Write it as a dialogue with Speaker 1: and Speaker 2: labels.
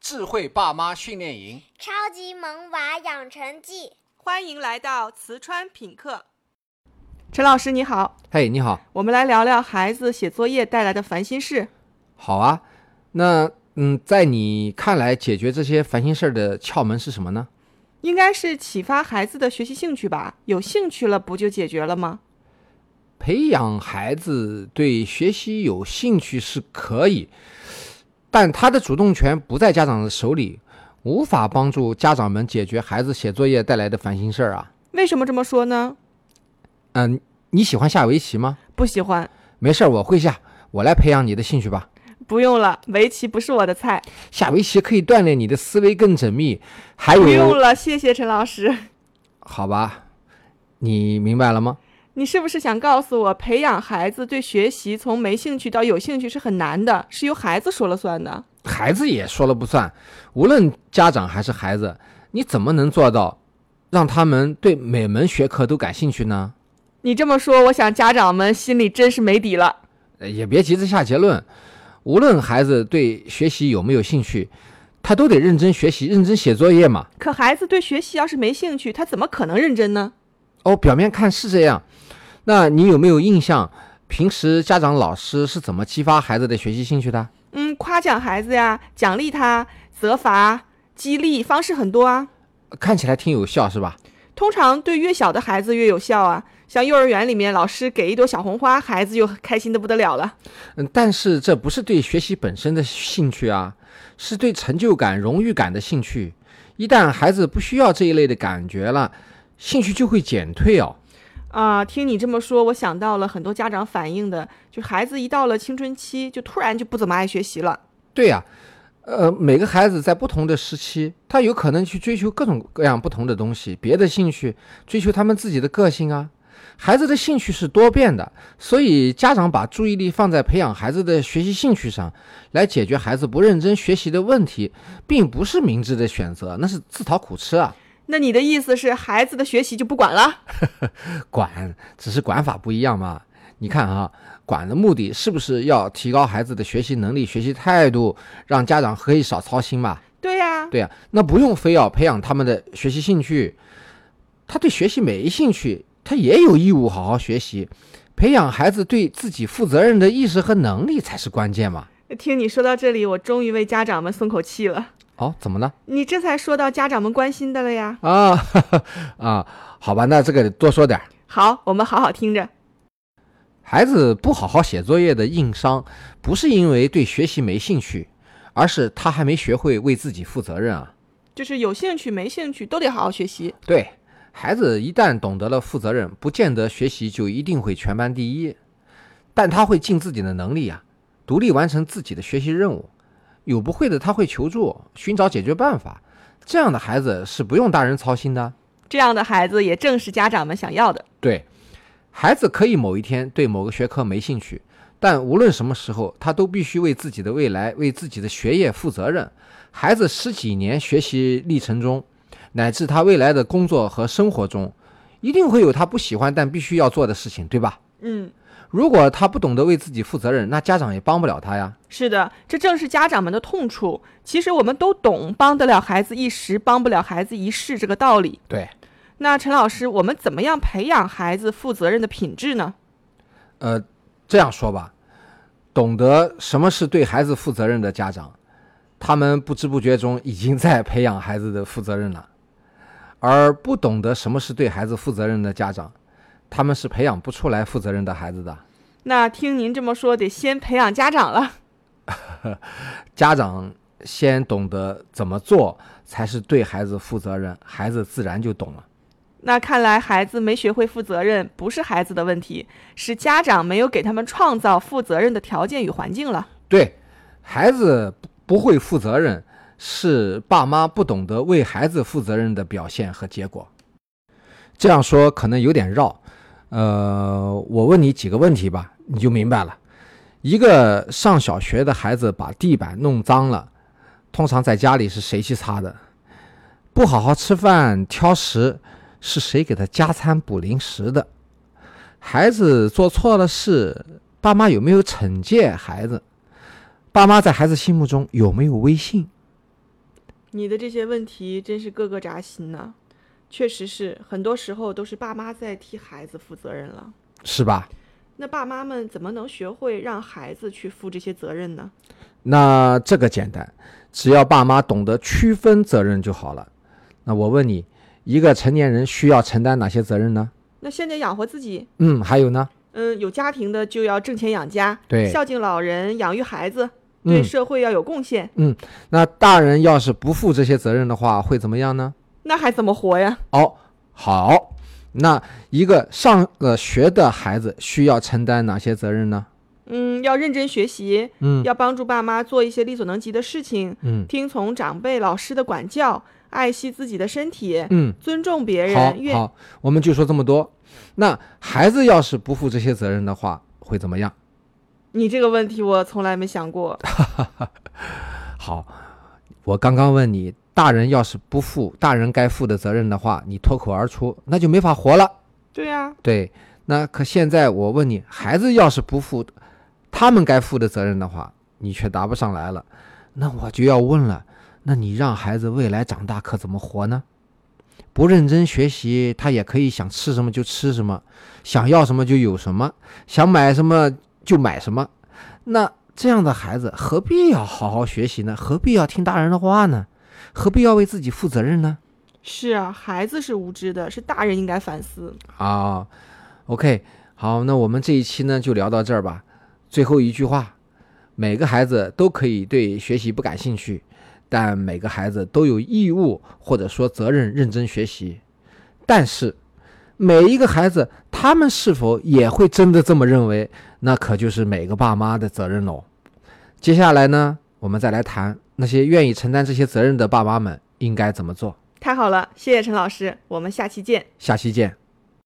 Speaker 1: 智慧爸妈训练营，
Speaker 2: 《超级萌娃养成记》。
Speaker 3: 欢迎来到瓷川品客。陈老师你好，
Speaker 4: 嘿、你好，
Speaker 3: 我们来聊聊孩子写作业带来的烦心事。
Speaker 4: 好啊。那嗯，在你看来，解决这些烦心事儿的窍门是什么呢？
Speaker 3: 应该是启发孩子的学习兴趣吧？有兴趣了不就解决了吗？
Speaker 4: 培养孩子对学习有兴趣是可以，但他的主动权不在家长的手里，无法帮助家长们解决孩子写作业带来的烦心事儿啊。
Speaker 3: 为什么这么说呢？
Speaker 4: 嗯、你喜欢下围棋吗？
Speaker 3: 不喜欢，
Speaker 4: 没事儿，我会下，我来培养你的兴趣吧。
Speaker 3: 不用了，围棋不是我的菜。
Speaker 4: 下围棋可以锻炼你的思维更缜密，还
Speaker 3: 不用
Speaker 4: 有
Speaker 3: 了，谢谢陈老师。
Speaker 4: 好吧，你明白了吗？
Speaker 3: 你是不是想告诉我，培养孩子对学习从没兴趣到有兴趣是很难的，是由孩子说了算的？
Speaker 4: 孩子也说了不算，无论家长还是孩子，你怎么能做到让他们对每门学科都感兴趣呢？
Speaker 3: 你这么说，我想家长们心里真是没底了。
Speaker 4: 呃也别急着下结论，无论孩子对学习有没有兴趣，他都得认真学习、认真写作业嘛。
Speaker 3: 可孩子对学习要是没兴趣，他怎么可能认真呢？
Speaker 4: 哦，表面看是这样，那你有没有印象？平时家长、老师是怎么激发孩子的学习兴趣的？
Speaker 3: 嗯，夸奖孩子呀，奖励他，责罚、激励方式很多啊。
Speaker 4: 看起来挺有效，是吧？
Speaker 3: 通常对越小的孩子越有效啊。像幼儿园里面，老师给一朵小红花，孩子就开心的不得了了。
Speaker 4: 嗯，但是这不是对学习本身的兴趣啊，是对成就感、荣誉感的兴趣。一旦孩子不需要这一类的感觉了，兴趣就会减退哦。
Speaker 3: 啊、听你这么说，我想到了很多家长反映的，就是孩子一到了青春期，就突然就不怎么爱学习了。
Speaker 4: 对呀、呃，每个孩子在不同的时期，他有可能去追求各种各样不同的东西，别的兴趣，追求他们自己的个性啊。孩子的兴趣是多变的，所以家长把注意力放在培养孩子的学习兴趣上，来解决孩子不认真学习的问题，并不是明智的选择，那是自讨苦吃啊。
Speaker 3: 那你的意思是，孩子的学习就不管了？
Speaker 4: 管，只是管法不一样嘛。你看啊，管的目的是不是要提高孩子的学习能力、学习态度，让家长可以少操心嘛？
Speaker 3: 对呀、
Speaker 4: 对呀、那不用非要培养他们的学习兴趣，他对学习没兴趣，他也有义务好好学习。培养孩子对自己负责任的意识和能力才是关键嘛。
Speaker 3: 听你说到这里，我终于为家长们松口气了。
Speaker 4: 哦，怎么了？
Speaker 3: 你这才说到家长们关心的了呀。
Speaker 4: 啊，哈哈啊，好吧，那这个多说点儿。
Speaker 3: 好，我们好好听着。
Speaker 4: 孩子不好好写作业的硬伤，不是因为对学习没兴趣，而是他还没学会为自己负责任啊。
Speaker 3: 就是有兴趣没兴趣都得好好学习。
Speaker 4: 对孩子，一旦懂得了负责任，不见得学习就一定会全班第一，但他会尽自己的能力啊，独立完成自己的学习任务。有不会的，他会求助，寻找解决办法。这样的孩子是不用大人操心的。
Speaker 3: 这样的孩子也正是家长们想要的。
Speaker 4: 对，孩子可以某一天对某个学科没兴趣，但无论什么时候，他都必须为自己的未来、为自己的学业负责任。孩子十几年学习历程中，乃至他未来的工作和生活中，一定会有他不喜欢但必须要做的事情，对吧？
Speaker 3: 嗯，
Speaker 4: 如果他不懂得为自己负责任，那家长也帮不了他呀。
Speaker 3: 是的，这正是家长们的痛处。其实我们都懂，帮得了孩子一时，帮不了孩子一世这个道理。
Speaker 4: 对，
Speaker 3: 那陈老师，我们怎么样培养孩子负责任的品质呢？
Speaker 4: 呃，这样说吧，懂得什么是对孩子负责任的家长，他们不知不觉中已经在培养孩子的负责任了；而不懂得什么是对孩子负责任的家长，他们是培养不出来负责任的孩子的。
Speaker 3: 那听您这么说，得先培养家长了。
Speaker 4: 家长先懂得怎么做才是对孩子负责任，孩子自然就懂了。
Speaker 3: 那看来孩子没学会负责任，不是孩子的问题，是家长没有给他们创造负责任的条件与环境了。
Speaker 4: 对，孩子不不会负责任，是爸妈不懂得为孩子负责任的表现和结果。这样说可能有点绕，呃，我问你几个问题吧，你就明白了。一个上小学的孩子把地板弄脏了，通常在家里是谁去擦的？不好好吃饭、挑食，是谁给他加餐补零食的？孩子做错了事，爸妈有没有惩戒孩子？爸妈在孩子心目中有没有威信？
Speaker 3: 你的这些问题真是个个扎心呐、确实是，很多时候都是爸妈在替孩子负责任了。
Speaker 4: 是吧？
Speaker 3: 那爸妈们怎么能学会让孩子去负这些责任呢？
Speaker 4: 那这个简单，只要爸妈懂得区分责任就好了。那我问你，一个成年人需要承担哪些责任呢？
Speaker 3: 那现在养活自己，
Speaker 4: 嗯，还有呢？
Speaker 3: 嗯，有家庭的就要挣钱养家，
Speaker 4: 对
Speaker 3: 孝敬老人，养育孩子，对
Speaker 4: 嗯，
Speaker 3: 社会要有贡献，
Speaker 4: 那大人要是不负这些责任的话，会怎么样呢？
Speaker 3: 那还怎么活呀？
Speaker 4: 哦，好，那一个上了学的孩子需要承担哪些责任呢？
Speaker 3: 嗯，要认真学习，
Speaker 4: 嗯
Speaker 3: 要帮助爸妈做一些力所能及的事情，
Speaker 4: 嗯
Speaker 3: 听从长辈、老师的管教，爱惜自己的身体，
Speaker 4: 嗯，
Speaker 3: 尊重别
Speaker 4: 好
Speaker 3: 人，愿
Speaker 4: 好，我们就说这么多。那孩子要是不负这些责任的话，会怎么样？
Speaker 3: 你这个问题我从来没想过。
Speaker 4: 好，我刚刚问你，大人要是不负大人该负的责任的话，你脱口而出，那就没法活了。
Speaker 3: 对呀、
Speaker 4: 对，那可现在我问你，孩子要是不负他们该负的责任的话，你却答不上来了，那我就要问了，那你让孩子未来长大可怎么活呢？不认真学习，他也可以想吃什么就吃什么，想要什么就有什么，想买什么就买什么。那这样的孩子何必要好好学习呢？何必要听大人的话呢？何必要为自己负责任呢？
Speaker 3: 是啊，孩子是无知的，是大人应该反思。
Speaker 4: 啊，OK，好，那我们这一期呢就聊到这儿吧。最后一句话，每个孩子都可以对学习不感兴趣，但每个孩子都有义务或者说责任认真学习。但是，每一个孩子他们是否也会真的这么认为，那可就是每个爸妈的责任喽。接下来呢，我们再来谈那些愿意承担这些责任的爸妈们应该怎么做。
Speaker 3: 太好了，谢谢陈老师，我们下期见。
Speaker 4: 下期见。